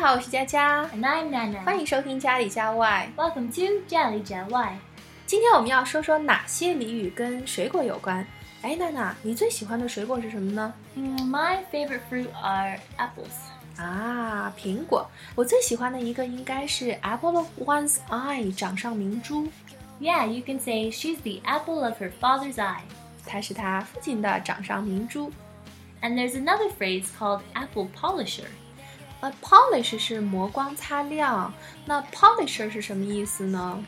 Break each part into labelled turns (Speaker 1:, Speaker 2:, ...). Speaker 1: 好，我是佳佳，
Speaker 2: And I'm Nana.
Speaker 1: 欢迎收听《家里家外
Speaker 2: Welcome to 家里家外。》。
Speaker 1: 今天我们要说说哪些俚语跟水果有关。哎，娜娜，你最喜欢的水果是什么呢？
Speaker 2: Mm, My favorite fruit are apples.
Speaker 1: 啊，苹果。我最喜欢的一个应该是 apple of one's eye，掌上明珠，
Speaker 2: Yeah, you can say she's the apple of her father's eye.
Speaker 1: 它是他父亲的掌上明珠。
Speaker 2: And there's another phrase called apple polisher.
Speaker 1: 呃，polish 是磨光擦亮，那 polisher 是什么意思呢？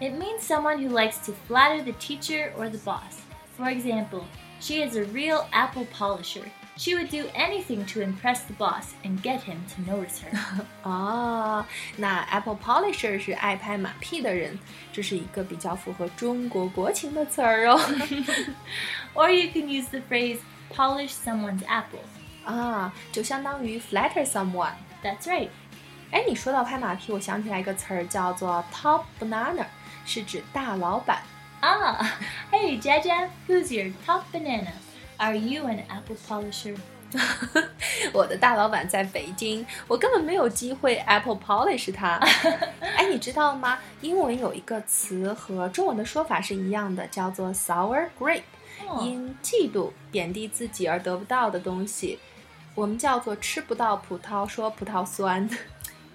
Speaker 2: It means someone who likes to flatter the teacher or the boss. For example, she is a real apple polisher. She would do anything to impress the boss and get him to notice her.
Speaker 1: 哦，那 apple polisher 是爱拍马屁的人，这是一个比较符合中国国情的词儿哦。
Speaker 2: or you can use the phrase polish someone's apple.
Speaker 1: 啊，就相当于 flatter someone。
Speaker 2: That's right.
Speaker 1: 哎，你说到拍马屁，我想起来一个词儿叫做 top banana，是指大老板。
Speaker 2: Ah, hey Jaja, who's your top banana? Are you an apple polisher?
Speaker 1: 我的大老板在北京，我根本没有机会 apple polish 他。哎，你知道吗？英文有一个词和中文的说法是一样的，叫做 sour grape，因嫉妒贬低自己而得不到的东西，我们叫做吃不到葡萄说葡萄酸。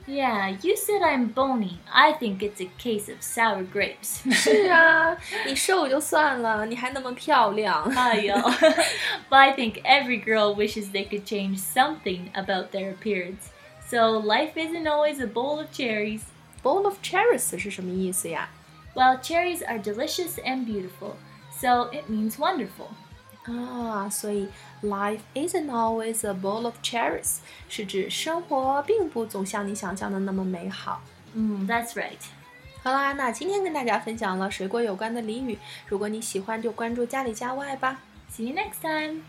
Speaker 2: Yeah, you said I'm bony. I think it's a case of sour grapes.
Speaker 1: 是啊，你瘦就算了，你还那么漂亮。
Speaker 2: Hi, y'all. but I think every girl wishes they could change something about their appearance. So life isn't always a bowl of cherries.
Speaker 1: Bowl of cherries 是什么意思呀？
Speaker 2: While cherries are delicious and beautiful, so it means wonderful.
Speaker 1: 啊，所以 life isn't always a bowl of cherries，是指生活并不总像你想象的那么美好。
Speaker 2: Mm, that's right.
Speaker 1: 好啦，那今天跟大家分享了水果有关的俚语，如果你喜欢就关注家里家外吧。
Speaker 2: See you next time.